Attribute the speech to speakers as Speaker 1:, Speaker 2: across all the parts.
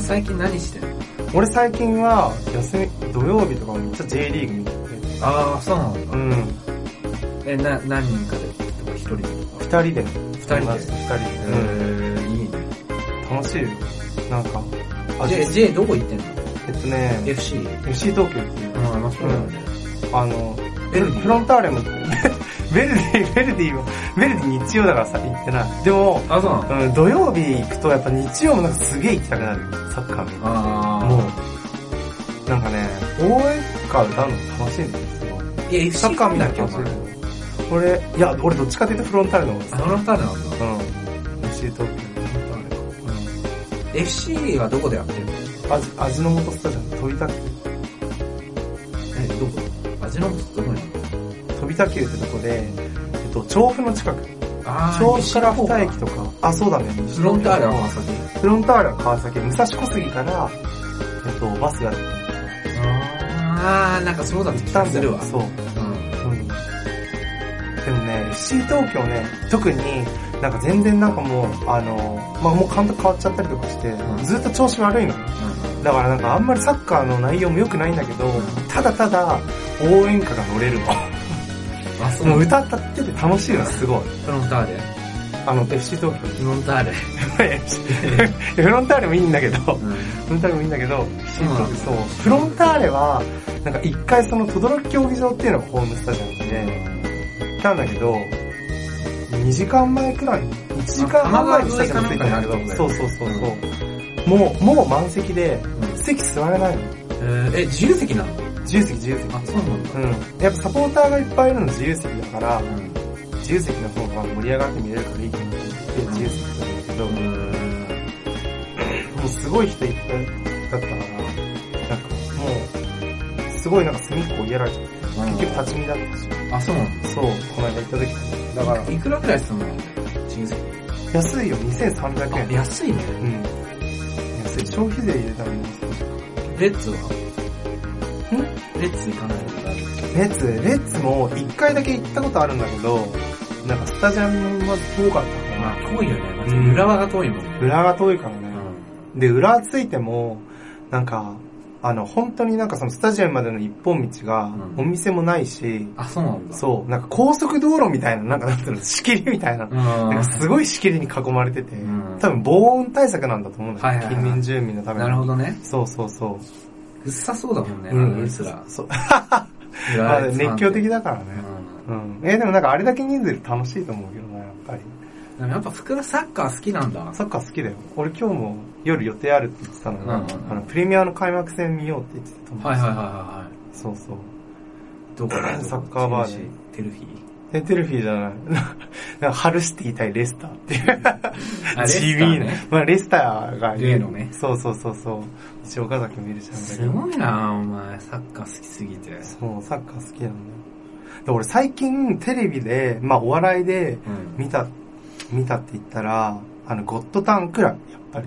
Speaker 1: 最近何してるの
Speaker 2: 俺最近は、休み、土曜日とかもめっちゃ J リーグ見て
Speaker 1: ああ、そうなん
Speaker 2: て。うん。
Speaker 1: え、な、何人かでとか一人でとか。
Speaker 2: 二人
Speaker 1: 二
Speaker 2: で。
Speaker 1: 人で
Speaker 2: 同じ二人で。
Speaker 1: ー、いいね。
Speaker 2: うん。楽しいよ。なんか。あ、
Speaker 1: J、
Speaker 2: え
Speaker 1: J どこ行ってんの
Speaker 2: っとね、
Speaker 1: ?FC? うん、
Speaker 2: FC 東京っていう、
Speaker 1: まあそうなんだよね。
Speaker 2: あの、
Speaker 1: ベルディ
Speaker 2: フロンターレも、 ベルディ、ベルディも、ベルディ日曜だからさ、行ってない。でも、
Speaker 1: あ、そうなの
Speaker 2: うん、土曜日行くとやっぱ日曜もなんかすげえ行きたくなる。サッカー見に。
Speaker 1: あ
Speaker 2: もう、なんかね、応援歌歌うの楽しいんですよ。
Speaker 1: う、え、FC
Speaker 2: サッカー見なきゃ
Speaker 1: お前。
Speaker 2: 俺、いや、俺どっちかというとフロンターレの方です
Speaker 1: あ、。フロンターレなんだ。
Speaker 2: うん。FC 東京フロンター
Speaker 1: FC はどこでやってるの
Speaker 2: レ。味、味の素スタジアム、飛びた、
Speaker 1: え、どこ味の素どこに
Speaker 2: 飛びた球ってとこで、えっと、調布の近く。
Speaker 1: あ
Speaker 2: 調布から二駅とか、あ、そうだね。
Speaker 1: フロンターレは川
Speaker 2: は
Speaker 1: 崎。
Speaker 2: フロンターレは川崎、武蔵小杉から、えっと、バスが行
Speaker 1: あー、なんかそうだった気
Speaker 2: った
Speaker 1: が
Speaker 2: ん
Speaker 1: す
Speaker 2: だ
Speaker 1: る
Speaker 2: よ
Speaker 1: わ。。
Speaker 2: そう。
Speaker 1: うん。
Speaker 2: うんでもね、FC 東京ね、特になんか全然なんかもう、あの、まあもう監督変わっちゃったりとかして、
Speaker 1: うん
Speaker 2: ずっと調子悪いの。だからなんかあんまりサッカーの内容も良くないんだけど、ただただ応援歌が乗れる の。
Speaker 1: あ、そう
Speaker 2: もう
Speaker 1: フ
Speaker 2: 歌ったってて楽しいの、すごい。
Speaker 1: ロンターレ。
Speaker 2: あの、FC 東
Speaker 1: フロンターレ。
Speaker 2: 京。いやフロンターレもいいんだけど、フロンターレもいいんだけど、
Speaker 1: そうなんだ
Speaker 2: そう、フロンターレは、なんか一回その轟競技場っていうのがホームスタジアムで、行ったんだけど、2時間前くらいに、1時間半前にスタジアム着いたんだけ
Speaker 1: 玉川沿いかなんかにあるとこだ
Speaker 2: ど、
Speaker 1: よ
Speaker 2: そうそうそうそう、もう、もう満席で、
Speaker 1: うん
Speaker 2: 席座れないの。
Speaker 1: えーえ、自由席なの
Speaker 2: 自由席、自由席。
Speaker 1: あ、そうなんだ。
Speaker 2: うん。やっぱサポーターがいっぱいいるの自由席だから、自由席の方が盛り上がって見れるからいいかなって言って、自由席だったんだけど、もうすごい人いっぱいだったから、なんかもう、すごいなんか隅っこ嫌られちゃって、結局立ち見だったし、
Speaker 1: あ、そうなん
Speaker 2: そう、この間行った時もだから
Speaker 1: だ。、いくらくらいすんの自由席。
Speaker 2: 安いよ、2300円。
Speaker 1: 安いね。
Speaker 2: うん。安い。消費税入れたのに。
Speaker 1: レッツはレッツ行かないことある。
Speaker 2: レッツ、レッツも一回だけ行ったことあるんだけど、なんかスタジアムは遠かった
Speaker 1: ま
Speaker 2: か
Speaker 1: あ、遠いよね。まず
Speaker 2: うん
Speaker 1: 浦和が遠いもんね
Speaker 2: ら。。裏が遠いから
Speaker 1: う
Speaker 2: ね。
Speaker 1: ん
Speaker 2: で、裏ついても、なんか、あの、本当になんかそのスタジアムまでの一本道が
Speaker 1: ん、
Speaker 2: お店もないし、
Speaker 1: あ、そうなんだ。
Speaker 2: そう、なんか高速道路みたいな、なんかなんていうの、仕切りみたいな。
Speaker 1: うん。
Speaker 2: なん
Speaker 1: は
Speaker 2: かすごい仕切りに囲まれてて
Speaker 1: ん、
Speaker 2: 多分防音対策なんだと思うんだ
Speaker 1: はい
Speaker 2: よ
Speaker 1: はいはい
Speaker 2: 近隣住民のために。
Speaker 1: なるほどね。
Speaker 2: そうそうそう。
Speaker 1: うっさそうだもんね、あ
Speaker 2: うん
Speaker 1: のやつら。
Speaker 2: そう。
Speaker 1: 浦
Speaker 2: ま
Speaker 1: 和
Speaker 2: あ
Speaker 1: レッズファンっ
Speaker 2: 熱
Speaker 1: て
Speaker 2: 狂的だから
Speaker 1: う
Speaker 2: ね。
Speaker 1: ん
Speaker 2: うん。えーでもなんかあれだけ人数いると楽しいと思うけどな、やっぱり。
Speaker 1: でもやっぱ福田サッカー好きなんだ。
Speaker 2: サッカー好きだよ。俺今日も夜予定あるって言ってたのが、
Speaker 1: うんうんうん
Speaker 2: あの、プレミアの開幕戦見ようって言ってたと思う。
Speaker 1: はいはいはいはい。
Speaker 2: そうそう。
Speaker 1: どこだ
Speaker 2: サッカーバーで。
Speaker 1: テルフィ
Speaker 2: え、テルフィーじゃない。 なんかハルシティ対レスターっていう。
Speaker 1: ー。あ、レスターね。。
Speaker 2: まあレスターが
Speaker 1: 例のね
Speaker 2: そうそうそうそう。一応岡崎見るじゃんだけ
Speaker 1: す
Speaker 2: ど。
Speaker 1: ごいなお前、サッカー好きすぎて。
Speaker 2: そう、サッカー好きなんだよ。で、俺最近テレビで、まあお笑いで
Speaker 1: うん。
Speaker 2: 見た、見たって言ったら、あの、ゴッドタウンくらい、やっぱり。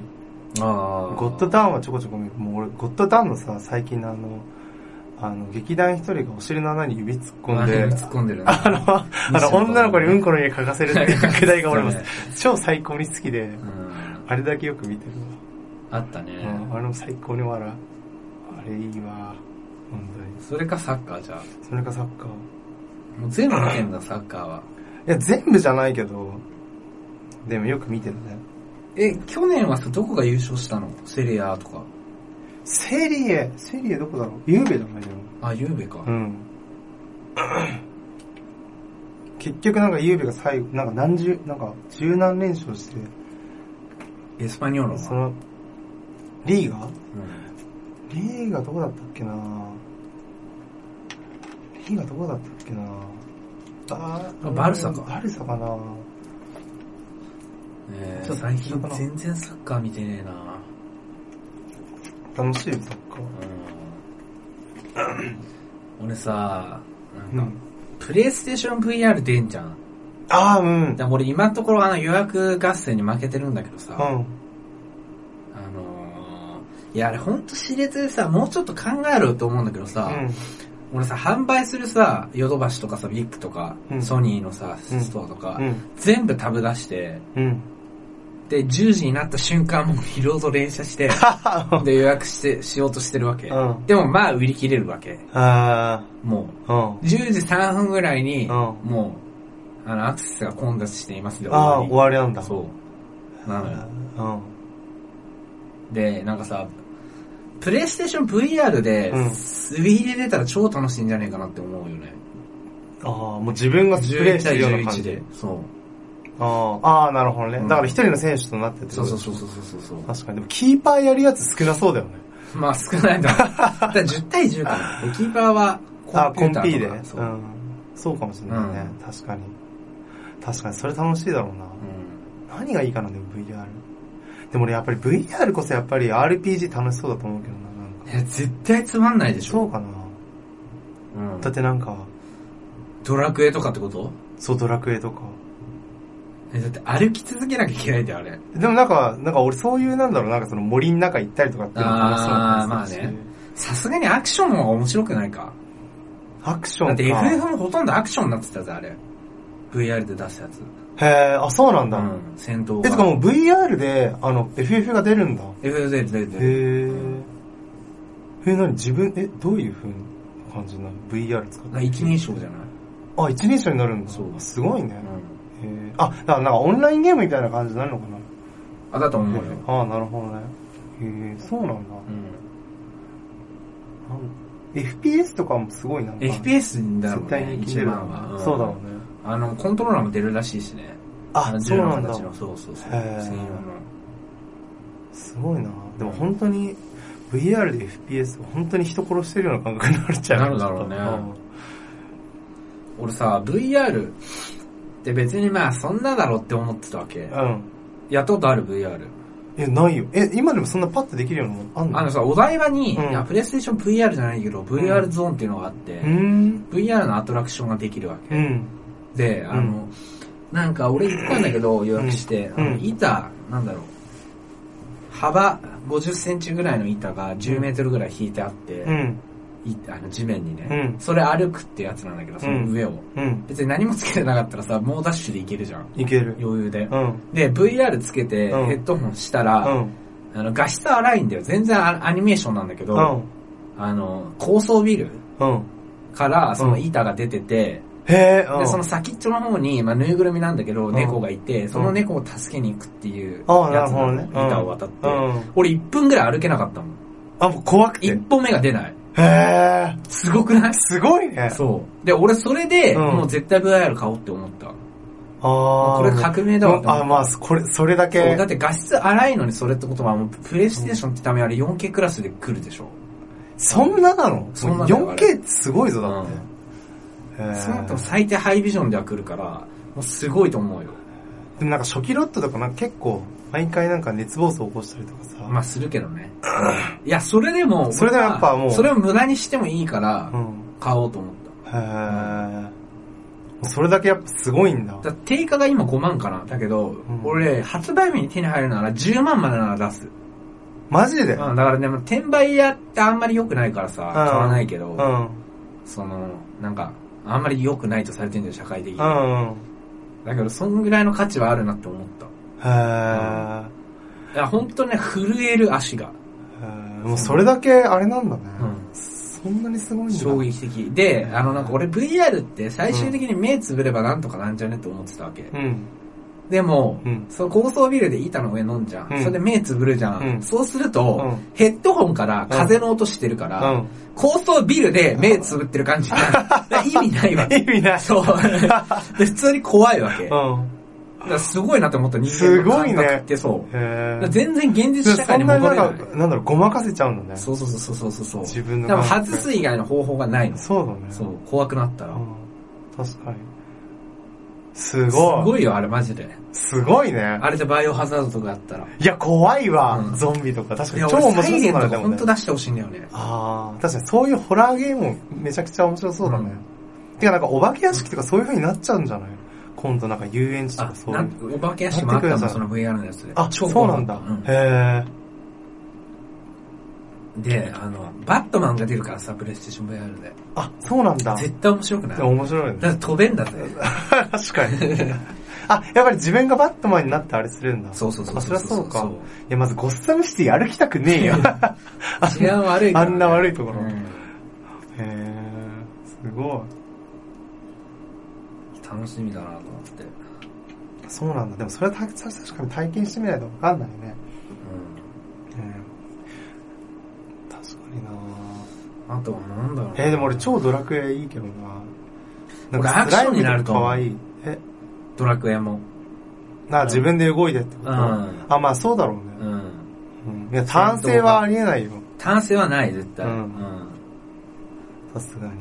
Speaker 1: ああ。
Speaker 2: ゴッドタウンはちょこちょこ見る。もう俺、ゴッドタウンのさ、最近のあの、あの、劇団一人がお尻の穴に指突っ込ん
Speaker 1: あ
Speaker 2: で
Speaker 1: 指、突っ込んでるな。
Speaker 2: あの、あの、女の子にうんこの家書かせるって いうくだりが俺も
Speaker 1: ね。
Speaker 2: 超最高に好きで
Speaker 1: う、ん。
Speaker 2: あれだけよく見てる
Speaker 1: あったね。
Speaker 2: わ。うん、あれも最高に笑う。あれいいわ。本
Speaker 1: それかサッカーじゃ
Speaker 2: 当に。それかサッカー。
Speaker 1: もう全部見てんだ、サッカーは。
Speaker 2: いや、全部じゃないけど、でもよく見てるね。
Speaker 1: え、去年はさ、どこが優勝したのセリアとか。
Speaker 2: セリエ、セリエどこだろうゆうべじゃないよ。
Speaker 1: あ、ゆうべか
Speaker 2: う。ん。 結局なんかゆうべが最後、なんか何十、なんか十何連勝して、
Speaker 1: エスパニョーロ
Speaker 2: そ
Speaker 1: は。
Speaker 2: の、リーガ
Speaker 1: うん
Speaker 2: リーガどこだったっけなリーガどこだったっけなあー
Speaker 1: バルサか
Speaker 2: バルサかな
Speaker 1: え
Speaker 2: ちょ
Speaker 1: ー
Speaker 2: っと
Speaker 1: 最近全然サッカー見てねえな
Speaker 2: 楽しいよ、サッカー。
Speaker 1: う ん俺さ、
Speaker 2: う
Speaker 1: なんか
Speaker 2: ん、。
Speaker 1: プレイステーション VR 出んじゃん。
Speaker 2: あー、うん。
Speaker 1: だ俺今のところあの予約合戦に負けてるんだけどさ、
Speaker 2: うん。
Speaker 1: あのー、いやあれほんと熾烈でさ、もうちょっと考えろよと思うんだけどさ、俺さ、販売するさ、ヨドバシとかさ、ビッグとか、
Speaker 2: うん
Speaker 1: ソニーのさ、
Speaker 2: うん
Speaker 1: ストアとか、
Speaker 2: うん。
Speaker 1: 全部タブ出して、
Speaker 2: うん。
Speaker 1: で、10時になった瞬間、もう疲労と連射して、で、予約して、しようとしてるわけ。
Speaker 2: うん
Speaker 1: でも、まあ、売り切れるわけ。
Speaker 2: あ
Speaker 1: も
Speaker 2: ー、う
Speaker 1: う、。
Speaker 2: ん
Speaker 1: 10時3分ぐらいに、
Speaker 2: ん
Speaker 1: もう、あの、アクセスが混雑していますで
Speaker 2: ああ、終
Speaker 1: 終わ
Speaker 2: わりなん
Speaker 1: り。
Speaker 2: だ。
Speaker 1: そう。なのよ。
Speaker 2: うん。
Speaker 1: で、なんかさ、プレイステーション VR で
Speaker 2: うん、
Speaker 1: スビ入れ出たら超楽しいんじゃねえかなって思うよね。
Speaker 2: ああ、もう自分がプレイ
Speaker 1: 11
Speaker 2: して
Speaker 1: 対
Speaker 2: るような感
Speaker 1: 11
Speaker 2: じ
Speaker 1: で。。そう。
Speaker 2: あーあー、なるほどね。
Speaker 1: う
Speaker 2: だ
Speaker 1: ん
Speaker 2: から一人の選手となってて。
Speaker 1: そうそうそうそうそうそう。
Speaker 2: 確かに。でも、キーパーやるやつ少なそうだよね。
Speaker 1: まあ少ないんだろ う。だから10対10かな。でキーパーは
Speaker 2: あ、
Speaker 1: コ
Speaker 2: コ
Speaker 1: ン
Speaker 2: ン
Speaker 1: ピ
Speaker 2: ピ
Speaker 1: ュー
Speaker 2: ー
Speaker 1: タ
Speaker 2: で。
Speaker 1: ーとか。そうう。
Speaker 2: ん。そうかもしれないね。確かに。確かに、それ楽しいだろうな。何がいいかな、でも VR。でも俺やっぱり VR こそやっぱり RPG 楽しそうだと思うけどな、なんか
Speaker 1: うん。いや、絶対つまんないでし
Speaker 2: そ
Speaker 1: ょ。
Speaker 2: うかな。
Speaker 1: うん
Speaker 2: だってなんか、
Speaker 1: ドラクエとかってこと
Speaker 2: そうドラクエとか。
Speaker 1: えだって歩き続けなきゃいけないんだよ、あれ。
Speaker 2: でもなんか、なんか俺そういうなんだろう、なんかその森の中行ったりとかっていうのも楽しそうな感じするし
Speaker 1: あーまさすがにアクションは面白くないか。
Speaker 2: アクショ
Speaker 1: だ
Speaker 2: ンか。
Speaker 1: って FF もほとんどアクションになってたぜ、あれ。VR で出したやつ。
Speaker 2: へえ、あ、そうなんだ。
Speaker 1: うん、戦闘
Speaker 2: え、
Speaker 1: が。
Speaker 2: てかもう VR で、あの、FF が出るんだ。
Speaker 1: FF で出
Speaker 2: へ
Speaker 1: てる。
Speaker 2: え。え、なに自分、え、どういう風な感じなの ?VR 使って。
Speaker 1: あ一人称じゃない
Speaker 2: あ、一人称になるんだ。
Speaker 1: そう
Speaker 2: すごいね
Speaker 1: う。ん。
Speaker 2: へえ。あ、だからなんかオンラインゲームみたいな感じになるのかな
Speaker 1: あ、だと思うよ。
Speaker 2: ああ、なるほどね。へえ、そうなんだ。
Speaker 1: うん。
Speaker 2: なん FPS とかもすごいなんか。
Speaker 1: FPS だろ
Speaker 2: 絶
Speaker 1: う
Speaker 2: 対
Speaker 1: ね、
Speaker 2: に生き
Speaker 1: 一
Speaker 2: てる
Speaker 1: 番は。ん
Speaker 2: そうだろうね。
Speaker 1: あの、コントローラーも出るらしいしね。
Speaker 2: あ、
Speaker 1: の
Speaker 2: そうなんだ
Speaker 1: 17。のそうそうそう。
Speaker 2: へー
Speaker 1: 専用の。
Speaker 2: すごいなでも本当に VR で FPS 本当に人殺してるような感覚になるじゃん。
Speaker 1: なるだろうね
Speaker 2: ちょっと
Speaker 1: 俺さ、VR って別にまあそんなだろって思ってたわけ
Speaker 2: う。ん。うん
Speaker 1: やったことある VR。
Speaker 2: え、ないよ。え、今でもそんなパッとできるようなもんあんの
Speaker 1: あのさ、お台場に、
Speaker 2: うん
Speaker 1: いや、プレイステーション VR じゃないけど、VR ゾーンっていうのがあって、
Speaker 2: うーん。
Speaker 1: VR のアトラクションができるわ
Speaker 2: う
Speaker 1: け。
Speaker 2: ん。
Speaker 1: で、あの、なんか俺行ったんだけど、予約して、
Speaker 2: うん
Speaker 1: あの
Speaker 2: うん
Speaker 1: 板、なんだろう。幅50センチぐらいの板が10メートルぐらい引いてあって、
Speaker 2: うん。
Speaker 1: いあの地面にね、
Speaker 2: うん
Speaker 1: それ歩くってやつなんだけど、その上を。
Speaker 2: うん。
Speaker 1: 別に何もつけてなかったらさ、猛ダッシュでいけるじゃん。
Speaker 2: いける。
Speaker 1: 余裕で
Speaker 2: う。ん。
Speaker 1: で、VR つけて、
Speaker 2: うん
Speaker 1: ヘッドホンしたら、
Speaker 2: うん。
Speaker 1: あの、画質は荒いんだよ。全然アアニメーションなんだけ
Speaker 2: う
Speaker 1: ど、
Speaker 2: ん。
Speaker 1: あの、高層ビル
Speaker 2: うん。
Speaker 1: から、その板が出てて、
Speaker 2: へえ、う
Speaker 1: で、
Speaker 2: ん。
Speaker 1: その先っちょの方に、まあ、ぬいぐるみなんだけど、
Speaker 2: うん
Speaker 1: 猫がいて、その猫を助けに行くっていう
Speaker 2: ああ、な
Speaker 1: や
Speaker 2: る
Speaker 1: つ
Speaker 2: ほど
Speaker 1: の
Speaker 2: ね。うん
Speaker 1: 板を渡って、
Speaker 2: うん。
Speaker 1: 俺1分ぐらい歩けなかったもん。
Speaker 2: あ、もう怖くて。へ
Speaker 1: 1歩目が出ない。
Speaker 2: え。
Speaker 1: すごくない
Speaker 2: すごいね。
Speaker 1: そう。で、俺それで、
Speaker 2: うん
Speaker 1: もう絶対 VR 買おうって思った。
Speaker 2: ああ。
Speaker 1: これ革命だわって思った
Speaker 2: あ、まあ、これ、それだ
Speaker 1: そう
Speaker 2: け
Speaker 1: だっ。て画質荒いのにそれってことはもうプレイステーションってためあれ 4K クラスで来るでしょ。
Speaker 2: そんななの
Speaker 1: そんなだよあれ
Speaker 2: ?4K ってすごいぞ、だっ
Speaker 1: うん
Speaker 2: て。へー
Speaker 1: そうなっても最低ハイビジョンでは来るから、もうすごいと思うよ。
Speaker 2: でもなんか初期ロットとかなんか結構、毎回なんか熱暴走起こしたりとかさ。
Speaker 1: まあするけど ね。いや、それでも、
Speaker 2: それでもやっぱもう
Speaker 1: それを無駄にしてもいいから
Speaker 2: う、ん。
Speaker 1: 買おうと思っ
Speaker 2: へーそれだけやっぱすごいんだ。
Speaker 1: た。だから定価が今5万かな。だけど、
Speaker 2: ん
Speaker 1: 俺、発売日に手に入るなら10万までなら出す。
Speaker 2: マジで
Speaker 1: うん、だからでも転売屋ってあんまり良くないからさ、買わないけど、
Speaker 2: うん。
Speaker 1: その、なんか、あんまり良くないとされてるんだよ、社会的に。
Speaker 2: うん。うん。
Speaker 1: だけど、そんぐらいの価値はあるなって思った。
Speaker 2: へー
Speaker 1: いや、ほんとね、震える足が。
Speaker 2: へーもうそれだけあれなんだね。
Speaker 1: うん
Speaker 2: そんなにすごいんだ。
Speaker 1: 衝撃的。で、あの、なんか俺 VR って最終的に目つぶればなんとかなんじゃねって思ってたわけ。
Speaker 2: うん。
Speaker 1: でも、
Speaker 2: うん。
Speaker 1: その高層ビルで板の上飲んじゃん。
Speaker 2: うん
Speaker 1: それで目つぶるじゃん。
Speaker 2: うん
Speaker 1: そうする
Speaker 2: う
Speaker 1: と、
Speaker 2: ん。
Speaker 1: ヘッドホンから風の音してるか
Speaker 2: う
Speaker 1: ら、
Speaker 2: ん。
Speaker 1: 高層ビルで目つぶってる感じに なる。意味ないわけ。
Speaker 2: 意味ない。
Speaker 1: そう。で普通に怖いわけ。だか
Speaker 2: うん。
Speaker 1: らすごいなって思った人間の感覚ってそう。
Speaker 2: へ
Speaker 1: だ
Speaker 2: ー
Speaker 1: から全然現
Speaker 2: で
Speaker 1: 実社
Speaker 2: そ
Speaker 1: 会に
Speaker 2: んなに
Speaker 1: 戻れな
Speaker 2: ないん。か、なんだろう、ごまかせちゃうんだね。
Speaker 1: そうそうそうそうそうそう。
Speaker 2: 自分の
Speaker 1: でも
Speaker 2: 感覚
Speaker 1: 外す以外の方法がないの。
Speaker 2: そうだね。
Speaker 1: そう、怖くなったら。
Speaker 2: うん確かに。す
Speaker 1: す
Speaker 2: ごい。
Speaker 1: ごいよ、あれマジで。
Speaker 2: すごいね。
Speaker 1: あれでバイオハザードとかやったら。
Speaker 2: いや、怖いわ、
Speaker 1: うん
Speaker 2: ゾンビとか。確
Speaker 1: い
Speaker 2: かに
Speaker 1: や、
Speaker 2: 超
Speaker 1: 俺
Speaker 2: 面白
Speaker 1: サイ
Speaker 2: そ
Speaker 1: レ
Speaker 2: う
Speaker 1: ン
Speaker 2: だ
Speaker 1: と
Speaker 2: ね、で
Speaker 1: か
Speaker 2: も
Speaker 1: 本
Speaker 2: ね
Speaker 1: 当。出してほしいんだよね。
Speaker 2: ああ、確かにそういうホラーゲームもめちゃくちゃ面白そうだね。てかなんかお化け屋敷とかそういう風になっちゃうんじゃない今度なんか遊園地と
Speaker 1: あ
Speaker 2: か、そうい
Speaker 1: なん
Speaker 2: う。
Speaker 1: お化け屋敷もあった
Speaker 2: なんてくださ
Speaker 1: の、
Speaker 2: い
Speaker 1: その VR のやつで。
Speaker 2: あ、
Speaker 1: 超
Speaker 2: そうなんだ。へえ。
Speaker 1: で、あの、バットマンが出るからさ、プレイステーション VR で。
Speaker 2: あ、そうなんだ。
Speaker 1: 絶対面白くない
Speaker 2: でも面白いね
Speaker 1: だって飛べんだぜ。
Speaker 2: 確か に。あ、やっぱり自分がバットマンになってあれするんだ。
Speaker 1: そうそうそう
Speaker 2: あ、そりゃそうか。
Speaker 1: そう
Speaker 2: いや、まずゴッサムシティ歩きたくね えよ。あん
Speaker 1: 治安悪いから
Speaker 2: あ
Speaker 1: ね
Speaker 2: んな悪いところ。
Speaker 1: うん
Speaker 2: へえ、すごい。
Speaker 1: 楽しみだなと思って。
Speaker 2: そうなんだ。でもそれはた確かに体験してみないとわかんないね。うん。確かにな
Speaker 1: うん。あとはなんだろう。
Speaker 2: えー、でも俺超ドラクエいいけどななん
Speaker 1: 僕ア
Speaker 2: か
Speaker 1: ク
Speaker 2: ス
Speaker 1: ショ
Speaker 2: ライ
Speaker 1: ン
Speaker 2: ム
Speaker 1: になると
Speaker 2: かわいい。え、
Speaker 1: ドラクエも。
Speaker 2: な自分で動いてってこと、
Speaker 1: うん
Speaker 2: あ、まあそうだろうね。
Speaker 1: うん。
Speaker 2: うん、いや、単性はありえないよ。
Speaker 1: 単性はない、絶対。う
Speaker 2: うん
Speaker 1: ん。
Speaker 2: さす がに。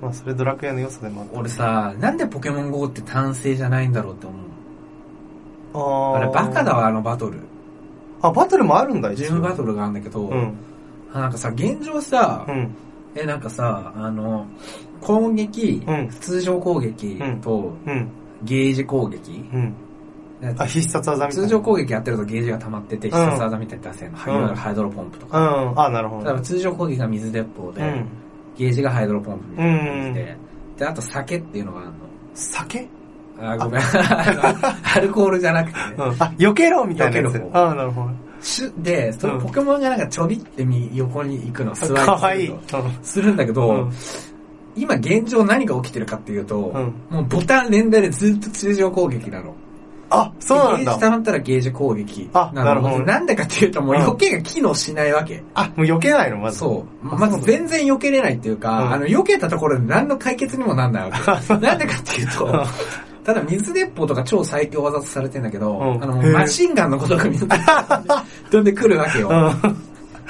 Speaker 2: まあ、それドラクエの良さでもあった。
Speaker 1: 俺さ、なんでポケモン GO って単性じゃないんだろうって思う。
Speaker 2: あー
Speaker 1: あれバカだ。わ、あのバトル。
Speaker 2: あ、バトルもあるんだ、
Speaker 1: ジムバトルがあるんだけど、
Speaker 2: うん。
Speaker 1: なんかさ、現状さ
Speaker 2: う、ん。
Speaker 1: え、なんかさ、あの、攻撃、
Speaker 2: うん
Speaker 1: 通常攻撃と
Speaker 2: うん。
Speaker 1: ゲージ攻撃。
Speaker 2: うん。
Speaker 1: なん
Speaker 2: あ、
Speaker 1: か
Speaker 2: 必殺技みたいな。
Speaker 1: 通常攻撃やってるとゲージが溜まってて、
Speaker 2: ん
Speaker 1: 必殺技みたいに出せるの。いわゆるハイドロポンプと
Speaker 2: う
Speaker 1: か。
Speaker 2: ん。あ、なるほ
Speaker 1: 例えば
Speaker 2: ど。
Speaker 1: 通常攻撃が水鉄砲で、
Speaker 2: うん。
Speaker 1: ゲージがハイドロポンプみたいな感じで、で、あと酒っていうのがあるの。
Speaker 2: 酒
Speaker 1: あ、ごめん。あ のアルコールじゃなくてね、
Speaker 2: うん。あ、避けろみたいなや
Speaker 1: 避
Speaker 2: つ
Speaker 1: け。ろ
Speaker 2: あーなるほ
Speaker 1: シュで、その
Speaker 2: うん
Speaker 1: ポケモンがなんかちょびってみ横に行くの、
Speaker 2: ど。
Speaker 1: 座
Speaker 2: かわ
Speaker 1: りす
Speaker 2: いい。
Speaker 1: る
Speaker 2: うん
Speaker 1: の。するんだけ
Speaker 2: う
Speaker 1: ど、
Speaker 2: ん。
Speaker 1: 今現状何が起きてるかっていうと、
Speaker 2: うん
Speaker 1: もうボタン連打でずっと通常攻撃なの。
Speaker 2: あ、そうなん
Speaker 1: ゲージ
Speaker 2: だ。
Speaker 1: 溜まったらゲージ攻撃
Speaker 2: あ
Speaker 1: の
Speaker 2: なるほど
Speaker 1: なんでかっていうともう
Speaker 2: うん
Speaker 1: 避けが機能しないわけ。
Speaker 2: あ、もう避けないの、まず。
Speaker 1: そう。
Speaker 2: あ
Speaker 1: ま
Speaker 2: そう
Speaker 1: ず
Speaker 2: だ
Speaker 1: 全然避けれないっていうか、
Speaker 2: うん
Speaker 1: あの、避けたところで何の解決にもなんないわ け。なんでかっていうと、ただ水鉄砲とか超最強技とされてんだけど、
Speaker 2: うん
Speaker 1: あの、
Speaker 2: へえ
Speaker 1: マシンガンのことが水鉄砲で飛んでくるわけよ。
Speaker 2: うん。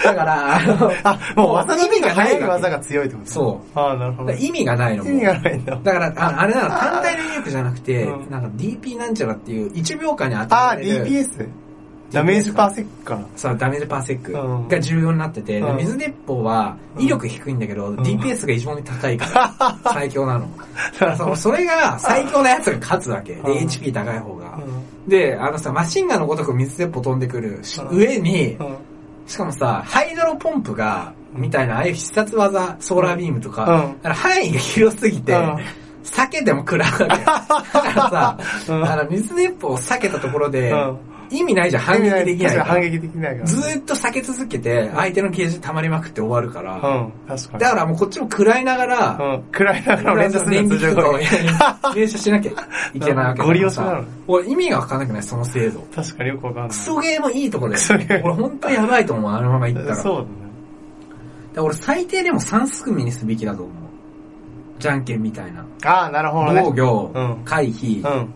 Speaker 1: だから、あの、
Speaker 2: あ、もう技の
Speaker 1: 意味
Speaker 2: 目
Speaker 1: が
Speaker 2: が
Speaker 1: ないわ
Speaker 2: 早い
Speaker 1: け
Speaker 2: 技が強いってこと。
Speaker 1: そう
Speaker 2: あーなる
Speaker 1: だ
Speaker 2: ほど。
Speaker 1: から意味がないのも
Speaker 2: 意味がないんだ。
Speaker 1: だから、ああれなの、単体の威力じゃなくて、
Speaker 2: うん
Speaker 1: なんか DP なんちゃらっていう、1秒間に当
Speaker 2: あ
Speaker 1: た
Speaker 2: ー、
Speaker 1: れる
Speaker 2: DPS? ダメージパーセックかな。
Speaker 1: そう、ダメージパーセック
Speaker 2: うん
Speaker 1: が重要になってて、
Speaker 2: うん
Speaker 1: 水鉄砲は威力低いんだけど、DPS が異常に高いから、最強な の。だからそのそれが最強なやつが勝つわけ。で、
Speaker 2: うん
Speaker 1: HP 高い方が
Speaker 2: う。ん
Speaker 1: で、あのさ、マシンガンのごとく水鉄砲飛んでくるし
Speaker 2: うん
Speaker 1: 上に、
Speaker 2: うん。
Speaker 1: しかもさ、ハイドロポンプが、みたいな、ああいう必殺技、ソーラービームとか、
Speaker 2: うん
Speaker 1: だから範囲が広すぎて、
Speaker 2: うん
Speaker 1: 避けても食ら うわけ。だからさ、
Speaker 2: うん
Speaker 1: あの水鉄砲を避けたところで、
Speaker 2: うん
Speaker 1: 意味ないじゃん、反撃できない
Speaker 2: 確
Speaker 1: か。
Speaker 2: からに反撃できないから。
Speaker 1: ずーっと避け続けて、相手のゲージ溜まりまくって終わるから、
Speaker 2: うん、確かに。
Speaker 1: だからもうこっちも食らいながら、
Speaker 2: うん、暗いながら連打する
Speaker 1: 連
Speaker 2: の通
Speaker 1: 撃
Speaker 2: 常
Speaker 1: とか
Speaker 2: 攻
Speaker 1: を
Speaker 2: 撃。
Speaker 1: 連射しなきゃいけないわけだからさ
Speaker 2: ゴリ押しなの
Speaker 1: 俺意味がわかんなくない、その制度。
Speaker 2: 確かによくわかんない。
Speaker 1: クソゲーもいいとこだ
Speaker 2: クソゲ
Speaker 1: よ。
Speaker 2: ー
Speaker 1: 俺本当やばいと思う、あのまま行ったら。だか
Speaker 2: そう
Speaker 1: ら俺最低でも3すくみにすべきだと思う。じゃんけんみたいな。
Speaker 2: だね。ああ、なるほどね。
Speaker 1: 防御、
Speaker 2: うん
Speaker 1: 回避、
Speaker 2: う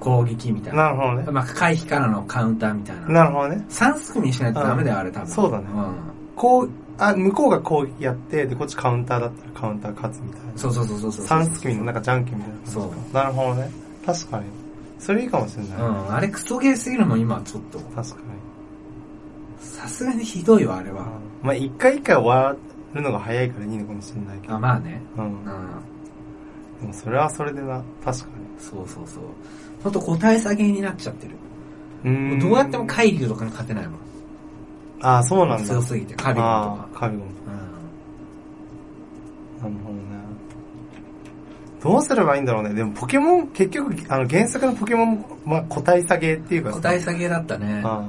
Speaker 1: 攻撃みたい
Speaker 2: ん。
Speaker 1: な。
Speaker 2: なるほどね。
Speaker 1: まあ、回避からのカウンターみたいな。
Speaker 2: なるほどね。
Speaker 1: 3すくみにしないとダメだよ、
Speaker 2: うん
Speaker 1: あれ多分。
Speaker 2: そうだね
Speaker 1: ん
Speaker 2: こう、あ、向こうが攻撃やって、で、こっちカウンターだったらカウンター勝つみたいな。
Speaker 1: そうそうそうそうそう。
Speaker 2: 三すくみのなんかじゃんけんみたいな。
Speaker 1: そう。
Speaker 2: なるほどね。確かに。それいいかもしれ
Speaker 1: う
Speaker 2: ない。
Speaker 1: ん、あれクソゲーすぎるもん、今ちょっと。
Speaker 2: 確かに。
Speaker 1: さすがにひどいわ、あれは。
Speaker 2: まあ一回一回終わるのが早いからいいのかもしれないけど。
Speaker 1: あ、まあね。
Speaker 2: う。
Speaker 1: うん
Speaker 2: で
Speaker 1: ん。
Speaker 2: もそれはそれでな、確かに。
Speaker 1: そうそうそう。ほんと個体差ゲーになっちゃってる。
Speaker 2: うーん
Speaker 1: どうやっても海流とかに勝てないもん。
Speaker 2: ああ、そうなんだ。
Speaker 1: 強すぎて、カビゴンと
Speaker 2: あ
Speaker 1: か。
Speaker 2: あ、カビゴン。
Speaker 1: うん
Speaker 2: なるほどね。どうすればいいんだろうね。でもポケモン、結局、あの原作のポケモンも、まあ個体差ゲーっていうかさ
Speaker 1: 個体差ゲーだったね。
Speaker 2: ああ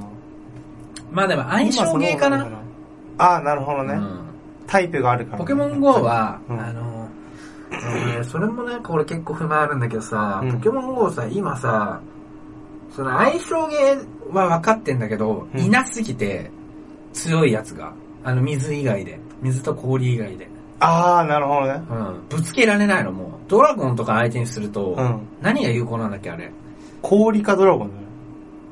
Speaker 1: まあでも相性ゲーか
Speaker 2: 今その
Speaker 1: な。
Speaker 2: ああ、なるほど
Speaker 1: う
Speaker 2: ね、
Speaker 1: ん
Speaker 2: タイプがあるから、
Speaker 1: ポケモン GO は、
Speaker 2: うん
Speaker 1: あの、えーそれもなんか俺結構不満あるんだけどさ、
Speaker 2: うん
Speaker 1: ポケモン GO さ、今さ、その相性ゲーは分かってんだけど、
Speaker 2: うん
Speaker 1: いなすぎて強いやつが、あの水以外で、水と氷以外で、
Speaker 2: ああ、なるほどね。
Speaker 1: うん、ぶつけられないのもう、ドラゴンとか相手にすると、
Speaker 2: うん。
Speaker 1: 何が有効なんだっけあれ。
Speaker 2: 氷かドラゴン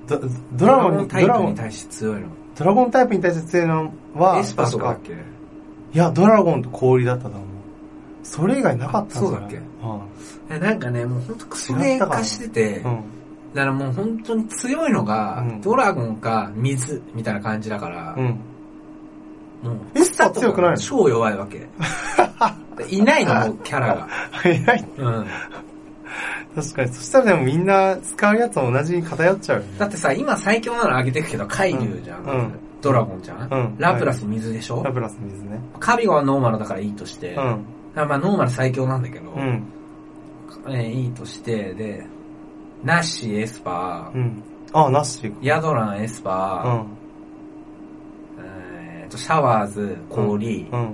Speaker 2: だね。ドドラゴンに、
Speaker 1: タ
Speaker 2: ド
Speaker 1: イ
Speaker 2: ラ
Speaker 1: プ
Speaker 2: ゴ
Speaker 1: に
Speaker 2: ン、
Speaker 1: 対して強いの。
Speaker 2: ドラゴンタイプに対して強いのは、
Speaker 1: エスパーとかだ
Speaker 2: なん
Speaker 1: っけ
Speaker 2: いや、ドラゴンと氷だったと思う。それ以外なかったんじゃない
Speaker 1: あそうだっえなんかね、もうほんとクソゲー化してて、
Speaker 2: うん。うん
Speaker 1: だからもう本当に強いのが、
Speaker 2: うん
Speaker 1: ドラゴンか水みたいな感じだから、
Speaker 2: うん。
Speaker 1: もう、
Speaker 2: エスパー強くないの
Speaker 1: 超弱いわ け。いないの、もうキャラが。
Speaker 2: 早い。
Speaker 1: うん。
Speaker 2: 確かに。そしたらでもみんな使うやつは同じに偏っちゃうよね。
Speaker 1: だってさ、今最強なのあげてくけど、海流じゃん。
Speaker 2: うん
Speaker 1: ドラゴンじゃん、
Speaker 2: うん
Speaker 1: ラプラス水でしょ、
Speaker 2: ラプラスの水ね。
Speaker 1: カビゴはノーマルだからいいとして、
Speaker 2: うん。
Speaker 1: まあノーマル最強なんだけど、
Speaker 2: うん。
Speaker 1: えーいいとして、で、ナッシー、エスパ
Speaker 2: う
Speaker 1: ー、
Speaker 2: ん。あ、ナッシー
Speaker 1: ヤドラン、エスパ
Speaker 2: か。
Speaker 1: ー、えーとシャワーズ、氷、
Speaker 2: うん。うん。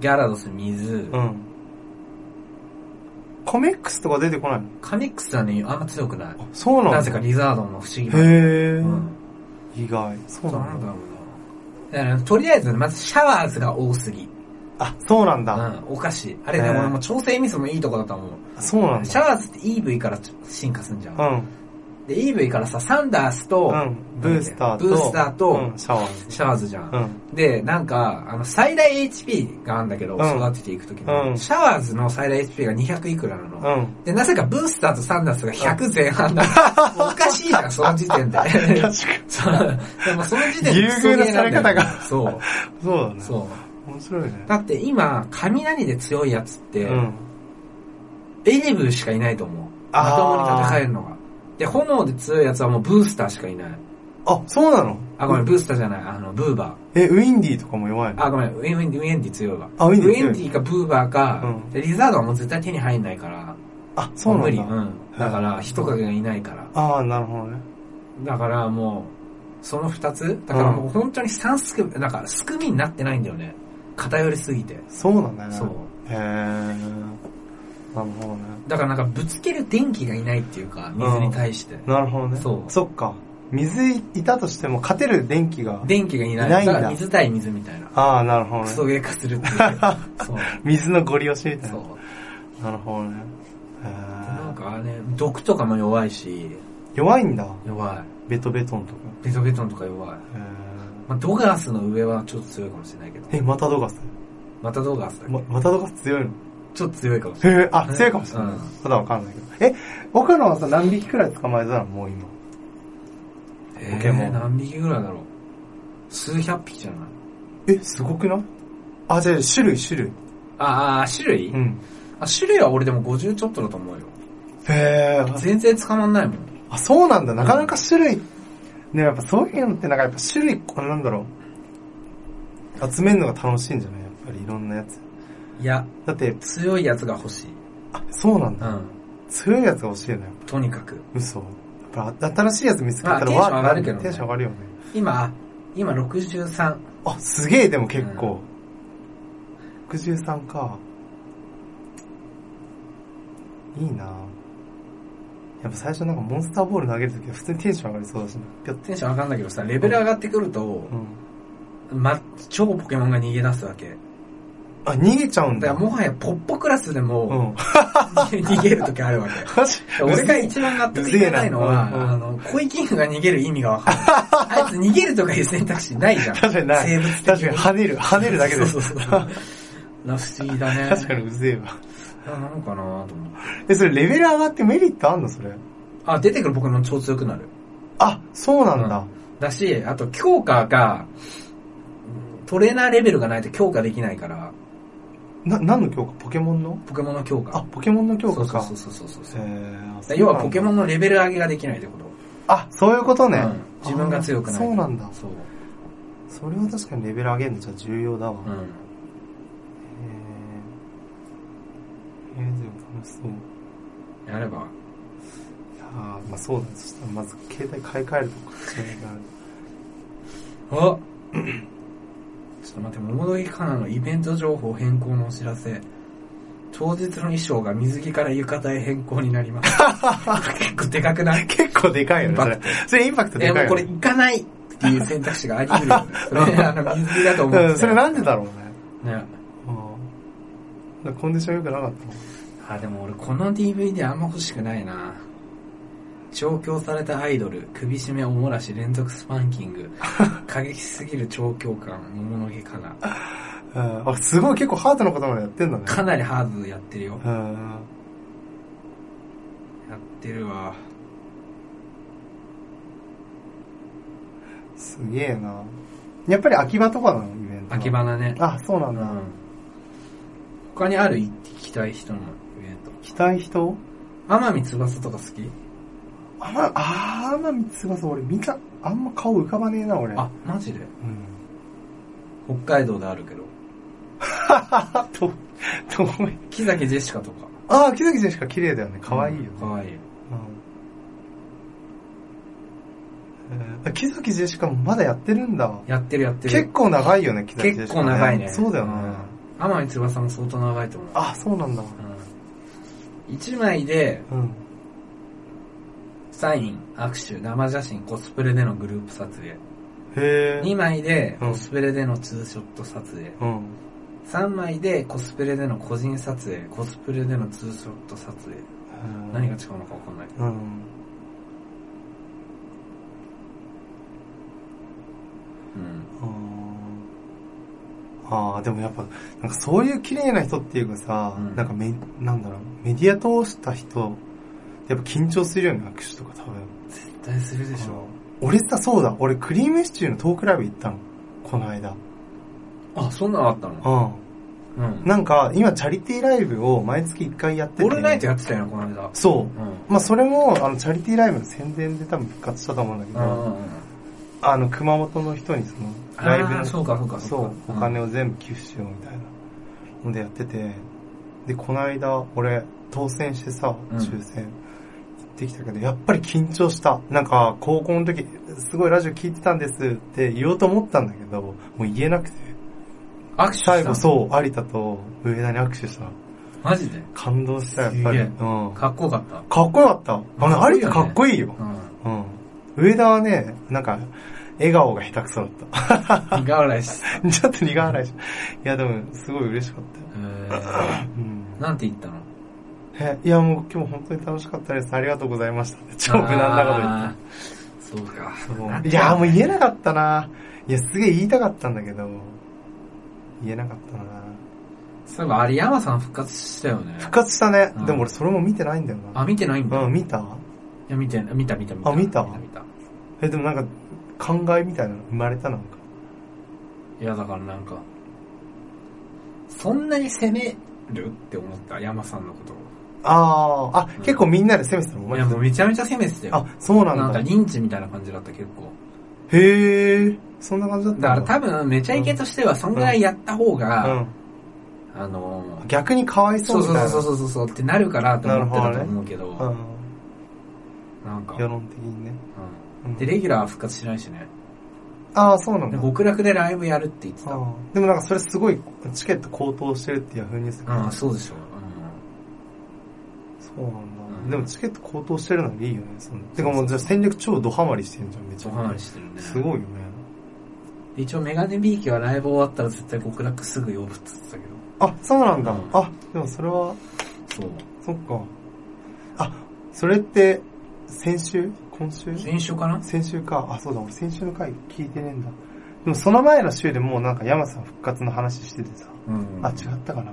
Speaker 1: ギャラドス、水、
Speaker 2: うん。コメックスとか出てこないの
Speaker 1: カミックスはね、あんま強くない。
Speaker 2: あ、そうなんだ。
Speaker 1: なぜかリザードンの不思議
Speaker 2: へ
Speaker 1: な。
Speaker 2: ー
Speaker 1: うん。
Speaker 2: 意外。そ
Speaker 1: そ
Speaker 2: う
Speaker 1: う
Speaker 2: な
Speaker 1: なん
Speaker 2: ん
Speaker 1: だ
Speaker 2: だ。
Speaker 1: ろうな。だからとりあえず、まずシャワーズが多すぎ。
Speaker 2: あ、そうなん
Speaker 1: う
Speaker 2: だ。
Speaker 1: ん、おかしい。あれ
Speaker 2: へ
Speaker 1: で
Speaker 2: ー
Speaker 1: も、もう調整ミスもいいとこだと思う。
Speaker 2: そうなん
Speaker 1: シ
Speaker 2: だ。
Speaker 1: ャワーズって EV から進化すんじゃん。
Speaker 2: うん。
Speaker 1: で、EV からさ、サンダースと、
Speaker 2: うん。ブースターと、
Speaker 1: ブースターと
Speaker 2: うん、シャワー。
Speaker 1: シャワーズじゃん。
Speaker 2: うん。
Speaker 1: で、なんか、あの、最大 HP があるんだけど、
Speaker 2: うん
Speaker 1: 育てていくときに、
Speaker 2: うん
Speaker 1: シャワーズの最大 HP が200いくらなの。
Speaker 2: うん。
Speaker 1: で、なぜかブースターとサンダースが100前半 だ。もうおかしいじゃん、その時点で。
Speaker 2: 確 かに。
Speaker 1: そう。でもその時点で
Speaker 2: 優遇のさ
Speaker 1: クソ
Speaker 2: れ方が
Speaker 1: ゲーなんだよね
Speaker 2: そうだね。
Speaker 1: そう、そう。
Speaker 2: 面白いね。
Speaker 1: だって今、雷で強いやつって、
Speaker 2: うん。
Speaker 1: エレブーしかいないと思う。
Speaker 2: あー
Speaker 1: まともに戦えるのが。で、炎で強いやつはもうブースターしかいない。
Speaker 2: あ、そうなの
Speaker 1: あ、ごめん、ブースターじゃない。あの、ブーバ
Speaker 2: え、ウィンディとかも弱い
Speaker 1: ー。
Speaker 2: の
Speaker 1: あ、ごめん、ウェンウェンディ、ウェンディ強いわ。
Speaker 2: あウェンディ強い
Speaker 1: ウェンディかブーバーか、
Speaker 2: うん
Speaker 1: でリザードはもう絶対手に入んないから、
Speaker 2: あ、そう
Speaker 1: も無
Speaker 2: なん
Speaker 1: 理。
Speaker 2: だ。
Speaker 1: うん。だから、人影がいないから。
Speaker 2: ああ、なるほどね。
Speaker 1: だからもう、その二つだからもう本当に三すく、なんか、すくみになってないんだよね。偏りすぎて。
Speaker 2: そうだね。
Speaker 1: そう。。
Speaker 2: へえ。なるほどね。
Speaker 1: だからなんか、ぶつける電気がいないっていうか、水に対して。
Speaker 2: なるほどね。
Speaker 1: そう
Speaker 2: そっか。水いたとしても勝てる電気が。
Speaker 1: 電気がいない。
Speaker 2: いないんだ
Speaker 1: から水対水みたいな。
Speaker 2: ああ、なるほ
Speaker 1: ク
Speaker 2: ど
Speaker 1: ソ
Speaker 2: ね。
Speaker 1: ゲー化するっ ていう。そう。
Speaker 2: 水のご利用しみたい
Speaker 1: そ
Speaker 2: な
Speaker 1: う。。
Speaker 2: なるほどね。へ
Speaker 1: なん
Speaker 2: ー
Speaker 1: かあれ、毒とかも弱いし、
Speaker 2: 弱いんだ。
Speaker 1: 弱い。
Speaker 2: ベトベトンとか。
Speaker 1: ベトベトンとか弱い。
Speaker 2: へ
Speaker 1: まあ、ドガースの上はちょっと強いかもしれないけど。
Speaker 2: ーえ、またドガス
Speaker 1: またドガースだっけ、
Speaker 2: ま、またドガス強いの
Speaker 1: ちょっと強いかもしれ
Speaker 2: へえ、あ、強いかもしれない
Speaker 1: うん。
Speaker 2: ただわかんないけど。え、岡野はさ、何匹くらい捕まえたらもう今。
Speaker 1: ない。
Speaker 2: ポケモン
Speaker 1: えー何匹ぐらいだろう。数百匹じゃない
Speaker 2: え、すごくないあ、じゃあ種類、種類。
Speaker 1: ああ、種類、
Speaker 2: うん。
Speaker 1: あ種類は俺でも50ちょっとだと思うよ。
Speaker 2: へー
Speaker 1: 全然捕まんないもん。
Speaker 2: あ、そうなんだ。なかなか種類、ね、やっぱそういうのってなんかやっぱ種類、これなんだろう。集めるのが楽しいんじゃないやっぱりいろんなやつ。
Speaker 1: いや、
Speaker 2: だって、
Speaker 1: 強いやつが欲しい。
Speaker 2: あ、そうなん
Speaker 1: う
Speaker 2: だ。
Speaker 1: ん。
Speaker 2: 強いやつが欲しいよね。
Speaker 1: とにかく。
Speaker 2: 嘘。やっぱ新しいやつ見つけたら、
Speaker 1: まあ
Speaker 2: わーって
Speaker 1: テンション
Speaker 2: な
Speaker 1: 上
Speaker 2: テンション上がるよね。
Speaker 1: 今、今63。
Speaker 2: あ、すげえ、でも結構。63か。いいなやっぱ最初なんかモンスターボール投げるとき普通にテンション上がりそうだしな。ぴょって。
Speaker 1: テンション上がんだけどさ、レベル上がってくると
Speaker 2: う、ん。
Speaker 1: ま、超ポケモンが逃げ出すわけ。
Speaker 2: あ、逃げちゃうん
Speaker 1: だ
Speaker 2: だ。
Speaker 1: からもはやポッポクラスで
Speaker 2: う
Speaker 1: も、
Speaker 2: ん。
Speaker 1: 逃げるときある わけ。
Speaker 2: マジ
Speaker 1: 俺が一番納得いかないのは、
Speaker 2: うぜえな
Speaker 1: あの、コイキングが逃げる意味がわかん ない。あいつ逃げるとかいう選択肢ないじゃん。
Speaker 2: 確かにない
Speaker 1: 生物的
Speaker 2: 確かに跳ねる、跳ねるだけで。
Speaker 1: そうそう そう。な不思議だね。
Speaker 2: 確かにうぜえわ。
Speaker 1: あなのかなと思う。
Speaker 2: え、それレベル上がってメリットあんのそれ。
Speaker 1: あ、出てくるポケモン超強くなる。
Speaker 2: あ、そうなんだ。
Speaker 1: だし、あと強化が、うんトレーナーレベルがないと強化できないから、
Speaker 2: な、何の強化ポケモンの
Speaker 1: ポケモンの強化。
Speaker 2: あ、ポケモンの強化か。
Speaker 1: そうそうそうそうそう。
Speaker 2: へ
Speaker 1: だか
Speaker 2: ーあ
Speaker 1: ら要はポケモ
Speaker 2: ン。
Speaker 1: ンのレベル上げができないってこと。
Speaker 2: あ、そういうことね
Speaker 1: うん。自分が強くな
Speaker 2: あ
Speaker 1: い。
Speaker 2: そうなんだ。
Speaker 1: そう。
Speaker 2: それは確かにレベル上げるのじゃ重要だわ。
Speaker 1: う
Speaker 2: へ
Speaker 1: ん。
Speaker 2: え。えー、でも楽しそう。
Speaker 1: やれば。
Speaker 2: いやーまあそうだね。そしたらまず携帯買い替える とかしないから。
Speaker 1: あちょっと待って、桃どぎかなのイベント情報変更のお知らせ。当日の衣装が水着から浴衣へ変更になり ます。結構でかくない
Speaker 2: 結構でかいよね、そ
Speaker 1: イン
Speaker 2: れ。それインパクトで
Speaker 1: え、も
Speaker 2: か
Speaker 1: う
Speaker 2: い
Speaker 1: こ
Speaker 2: よ
Speaker 1: れ
Speaker 2: ね。
Speaker 1: 行かないっていう選択肢があり得るよね。 それ、あの、水着だと思って。
Speaker 2: うん、それなんでだろうね。
Speaker 1: ね。
Speaker 2: うん。コンディション良くなかったも
Speaker 1: あ、
Speaker 2: ん
Speaker 1: でも俺この DVD あんま欲しくないな。調教されたアイドル、首絞めおもらし連続スパンキン グ、過激すぎる調教感、桃の毛かな。
Speaker 2: うん。あ、すごい結構ハートのことまでやってんだね。
Speaker 1: かなりハードやってるよ。
Speaker 2: うん。
Speaker 1: やってるわ。
Speaker 2: すげえな。やっぱり秋葉とかなの、イベントは。
Speaker 1: 秋花ね。
Speaker 2: あ、そうなん
Speaker 1: う
Speaker 2: だ。
Speaker 1: ん。他にある行きたい人のイベント。
Speaker 2: 期待人
Speaker 1: 天海翼とか好き
Speaker 2: 天、あー、天海翼俺見た、あんま顔浮かばねえな、俺。
Speaker 1: あ、マジで
Speaker 2: うん。
Speaker 1: 北海道であるけど。
Speaker 2: あと、と思い。
Speaker 1: 木崎ジェシカとか。
Speaker 2: あー、木崎ジェシカ綺麗だよね。可愛いよね。
Speaker 1: かわいい。
Speaker 2: うんえー木崎ジェシカもまだやってるんだわ。
Speaker 1: やってるやってる。
Speaker 2: 結構長いよね、木崎ジェシカ、
Speaker 1: 結構長いね
Speaker 2: そうだよね。
Speaker 1: うん天海翼も相当長いと思う。
Speaker 2: あ、そうなんだ。
Speaker 1: うん。1枚で、
Speaker 2: うん。
Speaker 1: サイン、握手、生写真、コスプレでのグループ撮影。
Speaker 2: へ
Speaker 1: 2
Speaker 2: え。
Speaker 1: 枚で、
Speaker 2: うん
Speaker 1: コスプレでのツーショット撮影。
Speaker 2: うん。
Speaker 1: 3枚で、コスプレでの個人撮影。コスプレでのツーショット撮影。何が違うのかわかんない。
Speaker 2: うん。
Speaker 1: うん。
Speaker 2: ああ、でもやっぱ、なんかそういう綺麗な人っていうかさ、
Speaker 1: うん
Speaker 2: なんかめ、なんだろう、メディア通した人、やっぱ緊張するよね、握手とか多分。
Speaker 1: 絶対するでしょ。
Speaker 2: 俺さ、そうだ、俺クリームシチューのトークライブ行ったの。この間。
Speaker 1: あ、そんなのあったの
Speaker 2: う
Speaker 1: うん
Speaker 2: ん。。なんか、今チャリティーライブを毎月1回やってて。
Speaker 1: オールナイトやってたよな、この間。
Speaker 2: そうう。まあそれも、あの、チャリティーライブの宣伝で多分復活したと思うんだけ
Speaker 1: ん。うん
Speaker 2: ど、
Speaker 1: うんうん。
Speaker 2: あの、熊本の人にその、ライブ
Speaker 1: あー
Speaker 2: の
Speaker 1: そうか、そうか、
Speaker 2: そう、お
Speaker 1: か
Speaker 2: 金を全部寄付しようみたいなのでやってて、で、この間、俺、当選してさ、
Speaker 1: うん
Speaker 2: 抽選、行ってきたけど、やっぱり緊張した。なんか、高校の時、すごいラジオ聞いてたんですって言おうと思ったんだけど、もう言えなくて。
Speaker 1: 握手した
Speaker 2: 最後、
Speaker 1: う。
Speaker 2: そう、有田と上田に握手した。
Speaker 1: マジで
Speaker 2: 感動した、やっぱり。
Speaker 1: す
Speaker 2: う
Speaker 1: げえ
Speaker 2: ん。か
Speaker 1: かっこよかった。
Speaker 2: っこよかった。あ
Speaker 1: かっこ
Speaker 2: の、
Speaker 1: いいよね
Speaker 2: 有田かっこいいよ。
Speaker 1: うん。
Speaker 2: うん。上田はね、なんか、笑顔が下手くそだった。
Speaker 1: 苦笑いし。
Speaker 2: ちょっと苦笑いし。いや、でも、すごい嬉しかったよ。
Speaker 1: えー
Speaker 2: うん。
Speaker 1: なんて言ったの
Speaker 2: え、いやもう今日本当に楽しかったです。ありがとうござ いましたって。超無難なこと言って
Speaker 1: あーそうか。
Speaker 2: そう。いやもう言えなかったな。いや、すげえ言いたかったんだけど、言えなかったな。
Speaker 1: そういえば、有山さん復活したよね。
Speaker 2: 復活したね
Speaker 1: うん。
Speaker 2: でも俺それも見てないんだよ
Speaker 1: あ、見てないんだ。
Speaker 2: な。う
Speaker 1: い
Speaker 2: ん、見た
Speaker 1: や、見て、見た見た見た。
Speaker 2: あ見た
Speaker 1: 見た見た。
Speaker 2: え、でもなんか、考えみたいなの生まれたなんか。
Speaker 1: いや、だからなんか、そんなに責めるって思った、山さんのことを。
Speaker 2: あー、あ、
Speaker 1: うん
Speaker 2: 結構みんなで攻めてたのお
Speaker 1: い
Speaker 2: 前
Speaker 1: や、もうめちゃめちゃ責めてたよ。
Speaker 2: あ、そうな
Speaker 1: なん
Speaker 2: ん
Speaker 1: か
Speaker 2: だ。
Speaker 1: リンチみたいな感じだった、結構。
Speaker 2: へー、そんな感じだったん
Speaker 1: だから多分、めちゃイケとしては、そんぐらいやった方が、あのー
Speaker 2: うん。逆にかわいそ
Speaker 1: そうう
Speaker 2: みた
Speaker 1: そ
Speaker 2: いな。
Speaker 1: うそう
Speaker 2: う
Speaker 1: そうそうそうってなるからと思ってたと思うけど、
Speaker 2: ん。
Speaker 1: なんか、う
Speaker 2: 世
Speaker 1: ん
Speaker 2: 論的にね。うん
Speaker 1: で、レギュラーは復活しないしね。
Speaker 2: あー、そうなん
Speaker 1: で、
Speaker 2: だ。
Speaker 1: 極楽でライブやるって言ってた。う
Speaker 2: でもなんかそれすごいチケット高騰してるってヤフーニュースで
Speaker 1: ん、そうでしょ。
Speaker 2: そうなんだ、
Speaker 1: うん
Speaker 2: でもチケット高騰してるならいいよね。そのてかもうじゃあ戦略超ドハマりしてんじゃん、めっ
Speaker 1: う
Speaker 2: ち
Speaker 1: ん。
Speaker 2: ゃ。
Speaker 1: お話してるね。
Speaker 2: すごいよね。
Speaker 1: 一応メガネビーキはライブ終わったら絶対極楽すぐ呼ぶって言ってたけ
Speaker 2: あ、そうなんだ。
Speaker 1: うん
Speaker 2: あ、でもそれは、
Speaker 1: ど。
Speaker 2: そっか。あ、それって、先週今週
Speaker 1: そう。先週かな
Speaker 2: 先週か。あ、そうだ、俺先週の回聞いてねえんだ。でもその前の週でもうなんか山さん復活の話しててさ。
Speaker 1: うん
Speaker 2: あ、違ったかな。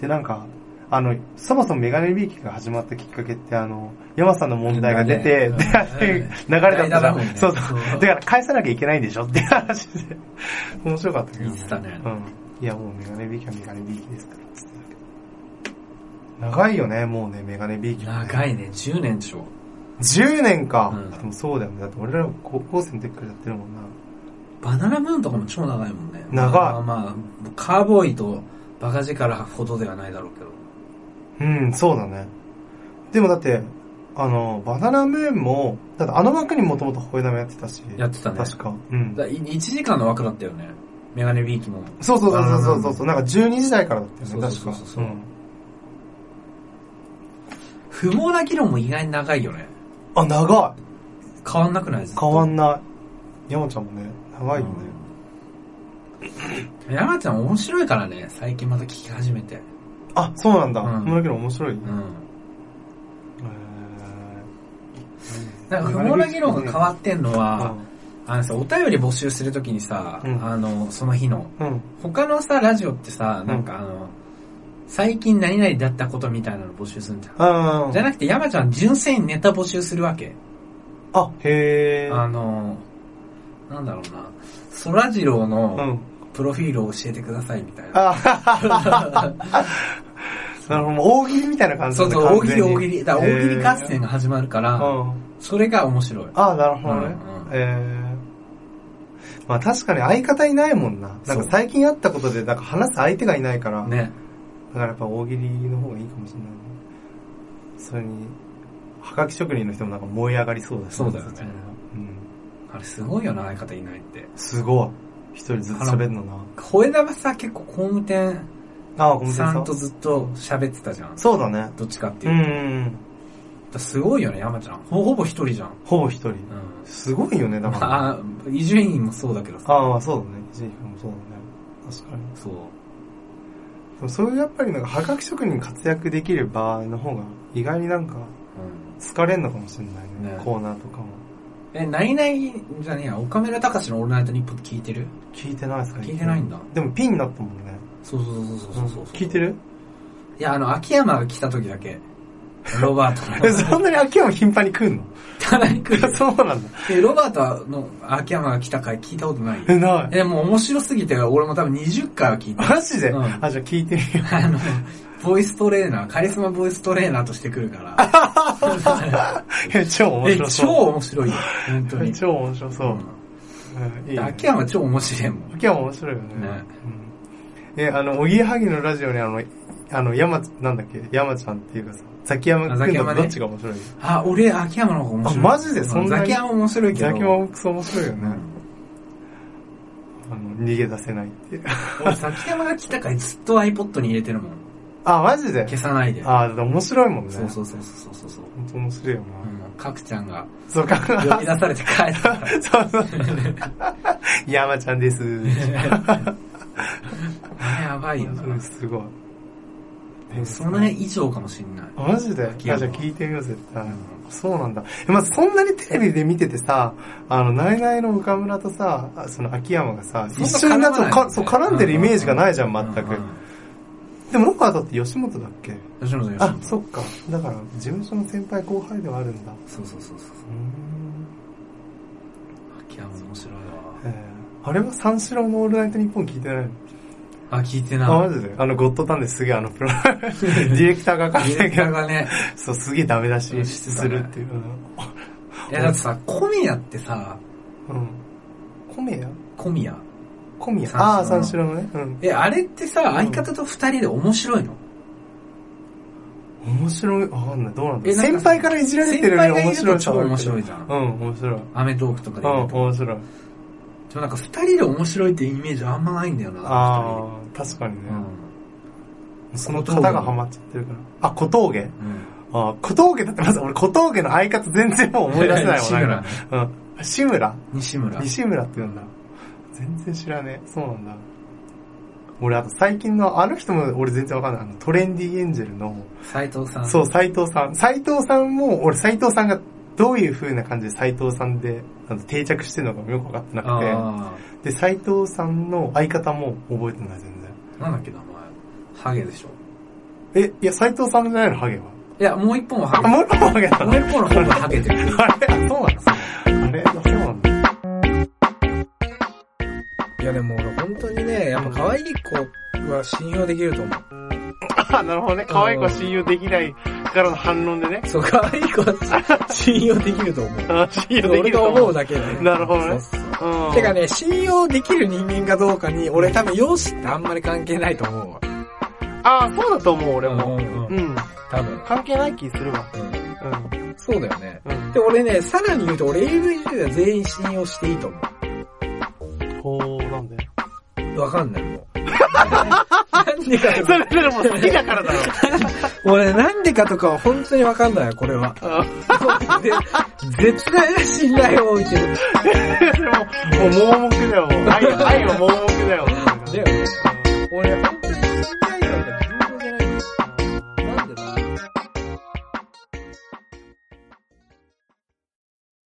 Speaker 2: で、なんか、あの、そもそもメガネビーキが始まったきっかけって、あの、山さんの問題が出て、
Speaker 1: うん
Speaker 2: で、あれ
Speaker 1: うん
Speaker 2: 流れたんだじゃん。
Speaker 1: うん
Speaker 2: そうそう。
Speaker 1: そう
Speaker 2: だから返さなきゃいけないんでしょっていう話で。面白かったけど、
Speaker 1: 言ってたね
Speaker 2: うん。いや、もうメガネビーキはメガネビーキですから、つってたけど。長いよね、もうね、メガネビーキ、
Speaker 1: 長
Speaker 2: い。
Speaker 1: いね、10年でしょ。
Speaker 2: 10年か。
Speaker 1: うん
Speaker 2: あでもそうだよね。だって俺ら高校生の時からやってるもんな。
Speaker 1: バナナムーンとかも超長いもんね。
Speaker 2: 長い
Speaker 1: まあまあ、カーボーイとバカ力ほどではないだろうけど。
Speaker 2: うん、そうだね。でもだって、あの、バナナムーンも、だってあの枠にもともと吠え玉やってたし。
Speaker 1: やってたね
Speaker 2: 確か。うん。
Speaker 1: だ1時間の枠だったよね。メガネビーキも。
Speaker 2: そうそうそうそうそう
Speaker 1: バナナム
Speaker 2: そ
Speaker 1: ー
Speaker 2: うなんか12時代からだったよね、
Speaker 1: そうそうそう
Speaker 2: 確
Speaker 1: そう
Speaker 2: か。。
Speaker 1: ん不毛な議論も意外に長いよね。
Speaker 2: あ、長
Speaker 1: 変わんなくない
Speaker 2: い変わ
Speaker 1: ない。
Speaker 2: んない。山ちゃんもね、長いよね。
Speaker 1: うん山ちゃん面白いからね、最近また聞き始めて。
Speaker 2: あ、そうなんだ。
Speaker 1: うん
Speaker 2: このだけど面白いね。
Speaker 1: う
Speaker 2: へ
Speaker 1: ん。な
Speaker 2: ー
Speaker 1: んか不毛な議論が変わってんのは、あのさ、お便り募集するときにさ、
Speaker 2: うん
Speaker 1: あの、その日の、
Speaker 2: うん。うん。
Speaker 1: 他のさ、ラジオってさ、なんかあの、最近何々だったことみたいなの募集するんじゃん。
Speaker 2: あ
Speaker 1: じゃなくて山ちゃん純粋にネタ募集するわけ。
Speaker 2: あ、へー
Speaker 1: あの、なんだろうな、そらジロー
Speaker 2: う
Speaker 1: の
Speaker 2: ん。
Speaker 1: プロフィールを教えてくださいみたいな。
Speaker 2: あなるほど、もう大喜利みたいな感じ
Speaker 1: そうそう、大喜利大喜利。だから大喜利合
Speaker 2: 合
Speaker 1: 戦が始まるから、
Speaker 2: うん。
Speaker 1: それが面白い。
Speaker 2: ああ、なるほど
Speaker 1: う
Speaker 2: ね
Speaker 1: んうん。
Speaker 2: えーまあ確かに相方いないもんな。なん
Speaker 1: そう
Speaker 2: か最近会ったことで、なんか話す相手がいないから。
Speaker 1: ね。
Speaker 2: だからやっぱ大喜利の方がいいかもしれないね。それに、はがき職人の人もなんか燃え上がりそうだし。
Speaker 1: そうだよね
Speaker 2: そっちもうん。
Speaker 1: あれすごいよな、相方いないって。
Speaker 2: すごい。一人ずつ喋るのな。
Speaker 1: 小枝はさ、結構工務店
Speaker 2: ああ、ごめんな
Speaker 1: さ
Speaker 2: さ
Speaker 1: ん
Speaker 2: い
Speaker 1: と。ずっと喋ってたじゃん。
Speaker 2: そうだね。
Speaker 1: どっちかって
Speaker 2: う
Speaker 1: いうと。だか
Speaker 2: ん。
Speaker 1: らすごいよね、山ちゃん。ほほぼ一人じゃん。
Speaker 2: ほぼ一人。
Speaker 1: うん。
Speaker 2: すごいよね、だから。
Speaker 1: あ、伊集院もそうだけどさ。
Speaker 2: ああ、そうだね。ジェイ君もそうだね。確かに。
Speaker 1: そう。
Speaker 2: でもそういうやっぱりなんか、はがき職人活躍できる場合の方が、意外になんか、
Speaker 1: うん。
Speaker 2: 疲れんのかもしれないね。
Speaker 1: ね
Speaker 2: コーナーとかも。
Speaker 1: え、ないないじゃねえや、岡村隆史のオールナイトニッポン聞いてる
Speaker 2: 聞いてないですか
Speaker 1: 聞いてないんだ。
Speaker 2: でもピンになったもんね。
Speaker 1: そうそうそうそうそうそう。
Speaker 2: 聞いてる
Speaker 1: いや、あの、秋山が来た時だけ、ロバート
Speaker 2: え、
Speaker 1: の。
Speaker 2: そんなに秋山頻繁に来んの
Speaker 1: たまに来る。
Speaker 2: そうなんだ。
Speaker 1: え、ロバートの秋山が来た回聞いたことない
Speaker 2: え、ない。
Speaker 1: え、もう面白すぎて、俺も多分20回は聞い た。
Speaker 2: マジで、
Speaker 1: うん
Speaker 2: あ、じゃあ聞いてみよ
Speaker 1: あの、ボイストレーナー、カリスマボイストレーナーとして来るから。
Speaker 2: う。 え、超面
Speaker 1: え、
Speaker 2: 白
Speaker 1: 超
Speaker 2: そう。
Speaker 1: 面白いよ。本当
Speaker 2: え
Speaker 1: に。
Speaker 2: 超面白そう。うん、いい、
Speaker 1: うん
Speaker 2: ね。
Speaker 1: 秋山超面白いもん。
Speaker 2: 秋山面白いよね。
Speaker 1: ね
Speaker 2: うん、え、あの、おぎやはぎのラジオにあの、あの、山、なんだっけ、山ちゃんっていうかさ、ザキヤマ
Speaker 1: あザ
Speaker 2: くん
Speaker 1: キヤ
Speaker 2: と
Speaker 1: マね
Speaker 2: どっちが面白い
Speaker 1: あ、俺、秋山の方が面白い。
Speaker 2: あマジでそんなに
Speaker 1: ザキヤマ面白いけど。
Speaker 2: ザキヤマもクソ面白いよ
Speaker 1: う
Speaker 2: ね。
Speaker 1: ん
Speaker 2: あの、逃げ出せないっていう。
Speaker 1: 俺、ザキヤマが来た回ずっと iPod に入れてるもん。
Speaker 2: あ、マジで
Speaker 1: 消さないで。
Speaker 2: あ、だから面白いもんね。
Speaker 1: そうそうそうそうそうそう。
Speaker 2: 本当面白いよな。
Speaker 1: うん、かくちゃんが
Speaker 2: そうか。
Speaker 1: 呼び出されて帰った。
Speaker 2: そうそう。山ちゃんです。
Speaker 1: あれやばいよな。
Speaker 2: すごい。
Speaker 1: その辺以上かもしんない。
Speaker 2: あマジであ
Speaker 1: 秋
Speaker 2: じゃ
Speaker 1: 山
Speaker 2: あ聞いてみよう、絶対
Speaker 1: うん。
Speaker 2: そうなんだ。えまずそんなにテレビで見ててさ、あの、ナイナイの岡村とさ、あその秋山がさ、
Speaker 1: そんな
Speaker 2: 一緒になっ
Speaker 1: 絡まない
Speaker 2: て、かそう絡んでるイメージがないじゃん、全
Speaker 1: う
Speaker 2: く
Speaker 1: う。ん
Speaker 2: でも、岡だって吉本だっけ
Speaker 1: 吉野さん、吉野さ
Speaker 2: あ
Speaker 1: ん、。
Speaker 2: そっか。だから、事務所の先輩後輩ではあるんだ。
Speaker 1: そうそうそうそう
Speaker 2: う。ん
Speaker 1: 秋山面白い
Speaker 2: えーあれは三四郎のオールナイトニッポン聞いてないの
Speaker 1: わ。あ、聞いて
Speaker 2: あ、
Speaker 1: な
Speaker 2: マジであの、ゴッドタンですげえあの、 プロ、ディレクターが
Speaker 1: い。ディレ
Speaker 2: 書い
Speaker 1: ク
Speaker 2: てけ
Speaker 1: ター
Speaker 2: ど、
Speaker 1: が ね、
Speaker 2: そう、すげえダメ出
Speaker 1: うん
Speaker 2: し
Speaker 1: 知ってた
Speaker 2: す
Speaker 1: ね
Speaker 2: るっていう。
Speaker 1: いやだってさ、小宮ってさ、
Speaker 2: うん。うん小宮
Speaker 1: 小宮。
Speaker 2: 小宮
Speaker 1: 三四郎
Speaker 2: ああ、三四郎のね。うん。
Speaker 1: え、あれってさ、相方と二人で面白いの
Speaker 2: 面白い、わかんない。どうな
Speaker 1: えな
Speaker 2: んだろう
Speaker 1: んか
Speaker 2: 先輩からいじられてるより面
Speaker 1: 先輩がいる
Speaker 2: 白い
Speaker 1: と超面白いじゃん
Speaker 2: うん、面白い。
Speaker 1: アメトークとか
Speaker 2: う
Speaker 1: で
Speaker 2: ん、
Speaker 1: 言うと。
Speaker 2: 面白
Speaker 1: で
Speaker 2: い。
Speaker 1: もなんか二人で面白いってイメージあんまないんだよな、
Speaker 2: ああ、確かに
Speaker 1: 二
Speaker 2: ね
Speaker 1: 人。。
Speaker 2: その型がハマっちゃってるから。あ、小峠
Speaker 1: うん。うん。
Speaker 2: あー小峠だってまず俺小峠の相方全然もう思い出せないもん、
Speaker 1: 西
Speaker 2: な
Speaker 1: 村
Speaker 2: ん
Speaker 1: ね
Speaker 2: か。うん。志村
Speaker 1: 西村。
Speaker 2: 西村って言うんだ。全然知らねえ。そうなんだ。俺、あと最近の、あの人も俺全然わかんない。あの、トレンディエンジェルの、
Speaker 1: 斎藤さん。
Speaker 2: そう、斎藤さん。斎藤さんも、俺斎藤さんがどういう風な感じで斎藤さんで、あの定着してるのかもよくわかってなく
Speaker 1: あ
Speaker 2: て。で、斎藤さんの相方も覚えてない、全然。
Speaker 1: あ。なんだっけ、名前。ハゲでしょ。
Speaker 2: え、いや、斎藤さんじゃないの、ハゲは。
Speaker 1: いや、もう一本はハ
Speaker 2: あ、
Speaker 1: ゲ。
Speaker 2: もう一本ハゲな
Speaker 1: もう
Speaker 2: の
Speaker 1: 一本の方がハゲてる。
Speaker 2: あれあそうなんですねあれあそうなんだ。
Speaker 3: いやでも俺本当にね、やっぱ可愛い子は信用できると思う。
Speaker 2: あ、なるほどね。可愛い子は信用できないからの反論でね。
Speaker 3: そう、可愛い子は信用できると思う。
Speaker 2: あ信用でき
Speaker 3: 俺
Speaker 2: ると
Speaker 3: が思
Speaker 2: 思
Speaker 3: う
Speaker 2: う。
Speaker 3: だけで。
Speaker 2: なるほどね
Speaker 3: そうそう
Speaker 2: うん
Speaker 3: てかね、信用できる人間かどうかに、俺多分容姿ってあんまり関係ないと思うわ。
Speaker 2: ああ、そうだと思う、俺も。
Speaker 3: ん
Speaker 2: う
Speaker 3: うん。
Speaker 2: ん。
Speaker 3: 多分。
Speaker 2: 関係ない気するわ。うん。
Speaker 3: うん。そうだよね。
Speaker 2: うん
Speaker 3: で、。俺ね、さらに言うと、俺 AV 女優は全員信用していいと思
Speaker 2: こう、なんで。
Speaker 3: う。わかん ない、もう。なんでかと
Speaker 2: そ
Speaker 3: か、
Speaker 2: れ、それもう好きだからだろ。
Speaker 3: 俺なんでかとかは本当にわかんないわ、これ は。で絶対信頼を置いてる。
Speaker 2: それもう、もう盲目だよ、もう。愛は、愛は盲目